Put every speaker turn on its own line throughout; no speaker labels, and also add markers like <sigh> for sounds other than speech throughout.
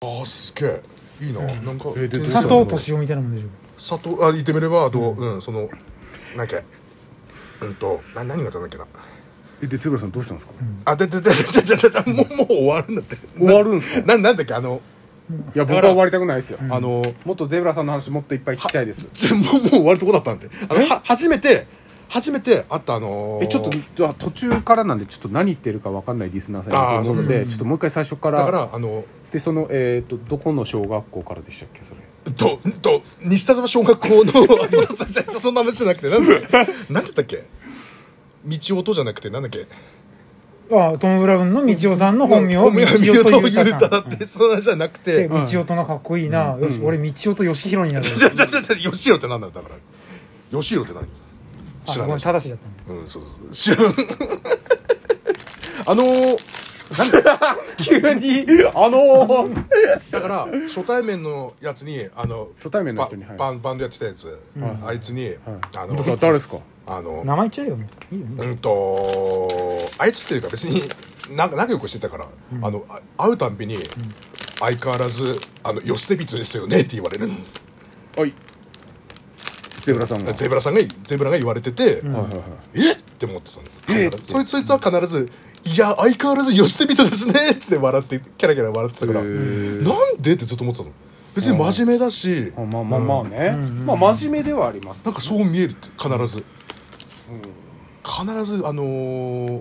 あすげえいいな、なんか
えでどう
天
し
才
た
佐
の
藤敏夫みたいなもんでしょ
佐藤あ言ってみればあと、うんそのなんだっけうんとな何がだっけな
えで円さんどうしたんですか、
あでででででででもうもう終わるんだって
終わるんですか
ななんだっけあの、
いや僕は終わりたくないですよ、
あの
もっとゼブラさんの話もっといっぱい聞きたいです
全部もう終わるとこだったんであのは初めて初めて会ったあのー
えちょっとじゃあ途中からなんでちょっと何言ってるかわかんないリスナーさんいると思うの
あーそうだ
で
ね
ちょっともう一回最初から
だからあの
でそのえっ、とどこの小学校からでしたっけそれ
とと西田島小学校
<laughs>
のそうそうそうそんな話じゃなくてなんだっけなんだったっけ道音じゃなくてなんだっけ
ああトム・ブラウンの道夫さんの本名
を
を
見
道
よ
夫
う
と
と
言う
言
た
う
さ
たら
ん
って、その話じゃなくて、
で道夫とのかっこいいな、よし俺道夫と義弘になる
じゃじゃじゃじゃ吉弘って何なんだだから吉弘って何
あ
知らな
ごめ
い
ん正しいだったね
うんそうそうそう知らん <laughs> あのー、なんだ
急にあのー、
だから初対面のやつにあの
初対面の人に
バ
はい
バンバンドやってたやつ、
ん
あいつに、あの
僕は誰ですか
あの
名前言っちゃうよもういいよ
う
ね
んとあいつっていうか別になんか仲良くしてたから、あのあ会うたんびに、相変わらず「あの寄せてビートですよね」って言われる、
はいゼブラさんが
ゼブラさんがゼブラが言われてて、
はいはいはい
えっって思ってたの
えっ
必ずそいつそいつは必ず「いや相変わらず寄せてビートですね」っつって笑ってキャラキャラ笑ってたから
へー
なんでってずっと思ってたの別に真面目だし、
あまあまあまあね、まあ真面目ではあります
なんかそう見えるって必ず、必ずあのー、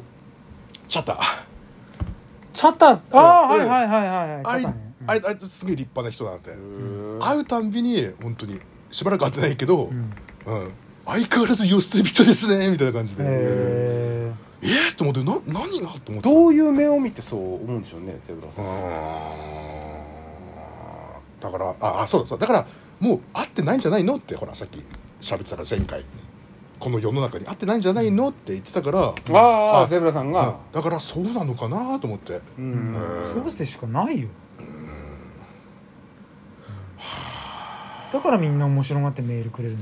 チャタ
チャタああ
う
はい
ん
はいはいはい
あ
チャ
い
タね
あいあいつすげえ立派な人なんで
ん
会うたんびに本当にしばらく会ってないけど、うん
ん
相変わらず寄せてる人ですねみたいな感じでえ
へ
ー、と思ってな何がと思って
どういう目を見てそう思うんでしょうねゼブラさ
うんだからああそうだそうだからもう会ってないんじゃないのってほらさっき喋ってたから前回この世の中に会ってないんじゃないのって言ってたから
ああ
あ
ゼブラさんが、
だからそうなのかなと思って
う
え
ん
うん
そうでしかないよだからみんな面白がってメールくれるの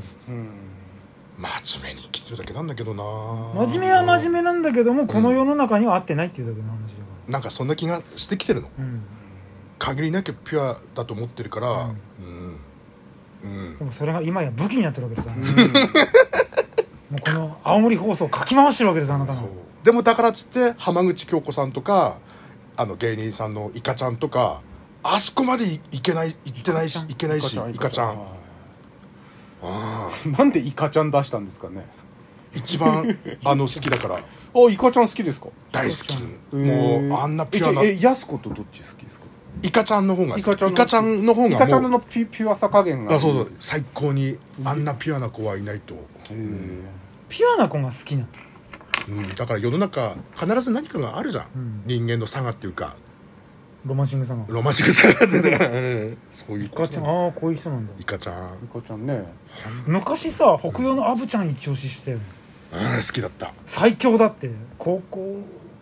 真面目に来てるだけなんだけどな
真面目は真面目なんだけどもこの世の中には合ってないっていうだけの話だか
なんかそんな気がしてきてるの
らうん
限りなくピュアだと思ってるからうん、うん
でもそれが今や武器になってるわけでさも
うん
うこの青森放送をかき回してるわけですあなたが
でもだからっつって浜口京子さんとかあの芸人さんのイカちゃんとかあそこまでいいけない行ってないしいけないしイカちゃんああ
なんでイカちゃん出したんですかね
一 <laughs> 番あの好きだから
あイカちゃん好きですか
大好き
へ
も
ー
うあんなピュアな
ええやす子とどっち好きですか
イカちゃんの方が好き
イカちゃん
イ
の
カちゃんの方
イカち
が
ゃん
もう
のピピュアさ加減が
あそうそう最高にあんなピュアな子はいないと、
へー
ピュアな子が好きな
うん、だから世の中必ず何かがあるじゃん、
うん
人間の差がっていうか
ロマンシングさんが
ロマンシックさが出て <laughs> るから、うんそういう
イカちゃん
ん
ああこういう人なんだ
イカちゃん、
イカちゃんね
昔さ北洋のアブちゃん一押しして
うん、好きだった
最強だって高校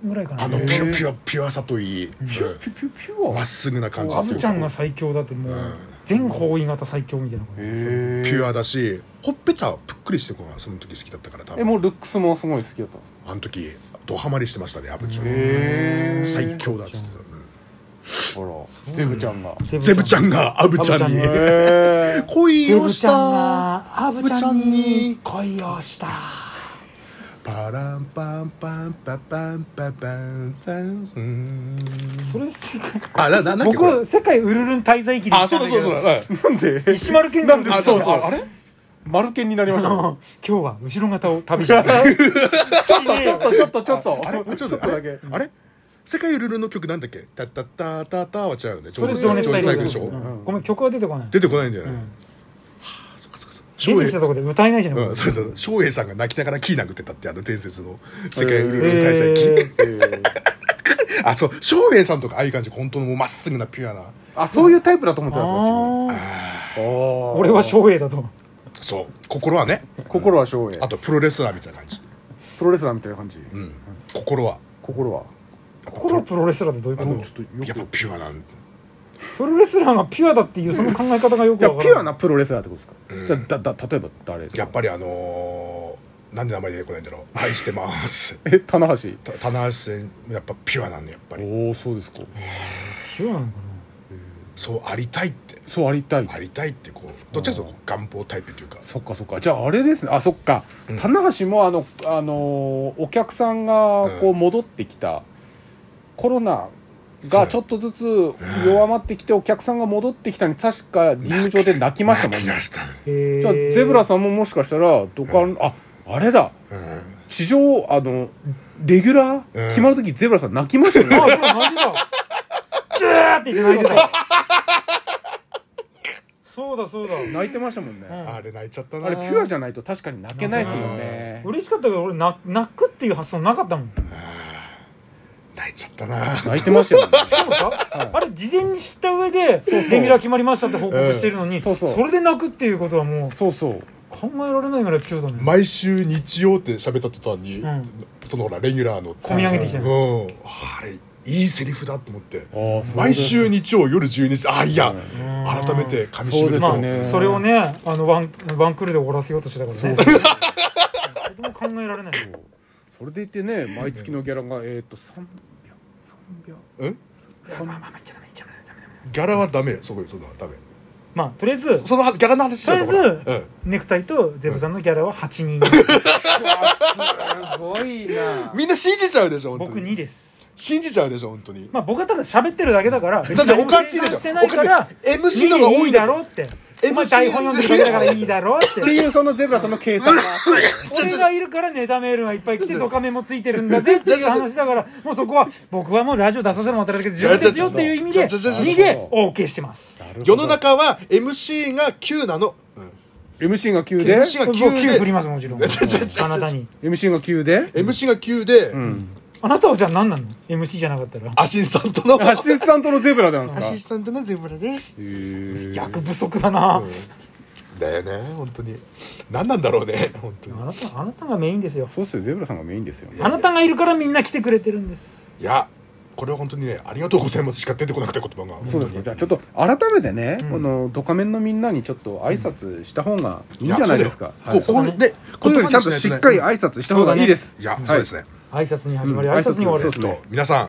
ぐらいかな
あのピ
へ
ュ
ー
ピュアピュアさといいうん
ピュピュピ
ま、
ュア
っすぐな感じ
ア
ってい
ブ
う
ち
か
ゃんが最強だっても
うん
う全方位型最強みたいな感じ
へ
ピュアだしほっぺたはぷっくりしてる子がその時好きだったから多
え
分
もうルックスもすごい好きだったんですか
あの時ドハマりしてましたねアブちゃん、
へー
最強だっつってた、うん
ほらゼブちゃんが
ゼブちゃ
ん
んがアブちゃんに
アブちゃんに
へー
恋
ゼ
を
ブ
し
ちゃん
た
がアブちゃんに恋をした
パランパンパンパパンパパンパンうん
それ世界
あなななんだっけこれ
僕世界ウルルン滞在記で行
あ
っ
そ
た
うんそ
だ
う
け
そうそう、はい
ど
<laughs> なんで <laughs>
石丸健が
なん
あ
で
そうそうああれ
丸犬になりましたね
<laughs>
今日は後ろ型を旅します
<laughs> ちょっとちょっとちょっとちょっと
あれちょっと
だけ
あれ世界ゆるるの曲なんだっけタッタッタッタッタは違うよね
それ情熱大
情
陸
でしょ、
うんごめん曲は出てこない
出てこないんだよね、
うん
はあそっかそっかそっか
出
翔
てきたとこで歌えないじゃない
英うんそうそう翔英さんが泣きながらキー殴ってたってあの伝説の世界ゆるるの大祭記、
えー
えー
あそう翔英さんとかああいう感じ本当のもうまっすぐなピュアな
あそういうタイプだと思ってたんですか自分
あ
あ
ー
俺
俺は翔英だと
ーそう心はね
心は翔英
あとプロレスラーみたいな感じ
プロレスラーみたいな感じ、
うん心は
心は
心プロレスラーってどういう
あ
こ
の
と
ちょっとよく
やっぱピュアなんだ
プロレスラーがピュアだっていうその考え方がよ
い
く
や
わか
ピュア
らな
ないプロレスラーってことですか、
うん
だだだ例えば誰ですか
やっぱりあのー、なんで名前出てこないんだろう愛してます
え棚橋
た棚橋戦やっぱピュアなんだやっぱり
おおそうですか
ピュアなのか
そうありたいって
そうありたい
ありたいってこうどっちかというと願望タイプというか
そっかそっかじゃああれですねあそっか、
うん
棚橋もあの、あのーお客さんがこ
う
う戻ってきた、コロナがちょっとずつ弱まってきてお客さんが戻ってきたに確かリング上で泣きましたもん
泣き
ね
ました、
へー
じゃあゼブラさんももしかしたらドカン、ああれだ
うん
地上あのレギュラー、
うん
決まる時ゼブラさん泣きましたよ
<laughs>
ね
あ、そうマジだ。ギャーって言って泣いてた。そうだそうだ。
泣いてましたもんね、
うん
あれ泣いちゃったな
あれピュアじゃないと確かに泣けないですもんね
嬉しかったけど俺な泣くっていう発想なかったもん。し
泣いちゃったな
泣いてましたよね
かもさ、あれ事前に知った上でレギュラー決まりましたって報告してるのに、
うんそ
そう
そう
れで泣くっていうことはもう
そうそう
考えられないぐらい貴重だね。
毎週日曜って喋った途端に、
うん
そのほらレギュラーの
込み上げてきた
うん
ね、
あれいいセリフだと思って
ああそうです
毎週日曜夜12時ああいや、
うん
うん
改めて噛み締めて
そ
ま
うですよね
あそれをねあのワンワンクールで終わらせようとしてたからね。とても考えられない。
そうそれでいてね毎月のギャラがえっ、と3秒
うん
3秒
まあまあまあ言っちゃダメ言っちゃダメダメダメ
ギャラはダメそこそこはダメ
まあとりあえず
そのギャラの話だ
とりあえず
うん、
ネクタイとゼブさんのギャラは8人
<laughs>
すごいな
みんな信じちゃうでしょ本当
僕
に
2です
信じちゃうでしょ本当に
まあ僕はただ喋ってるだけだか
<laughs>
ら
だっておかしいでしょ
計算 <laughs> てないから
おかしい MC の方が多い
い
ん
い
だ
だ
も
ろ
ん
うってお
MC
前台本読んでるだけだからいいだろうっ
って
て
いうそのゼブラさんの計算が
ょ
俺がいるからネタメールがいっぱい来てドカメもついてるんだぜっていう話だからもうそこは僕はもうラジオ出させてもらっただけで十分ですよっていう意味で
ちょちょちょちょ
2で OK してます
世の中は MC が9なの、うん
MC が9で
MC が
僕9
9
振り
で
ますもちろん
ちょちょちょちょ
あなたに
MC が9で
MC が9で、
うん
あなたはじゃあ何なの MC じゃなかったら
アシスタントの
アシスタントのゼブラなんです
ア
か
シスタントのゼブラです
へー
役不足だな
だよね本当に何なんだろうね本当に
あなたあなたがメインですよ
そうっすよゼブラさんがメインですよ
や
あなたがいるからみんな来てくれてるんです。
いやこれは本当にねありがとうございますしか出てこなくて言葉が
そうですかじゃあちょっ
と
と改めてね、
うん
このドカメンのみんなにちょっと挨拶した方がいいんじゃないですか、はい、
こうこうね
こういうよりちゃん
言葉
と
に
し
しな
っ
いと
か
ね
り挨拶した方がいいです、
いや
はい
そうですね
挨拶に始まり、
うん
挨拶に終わ
挨拶
る
そ
ち
う
ょっ
ですね
と皆さん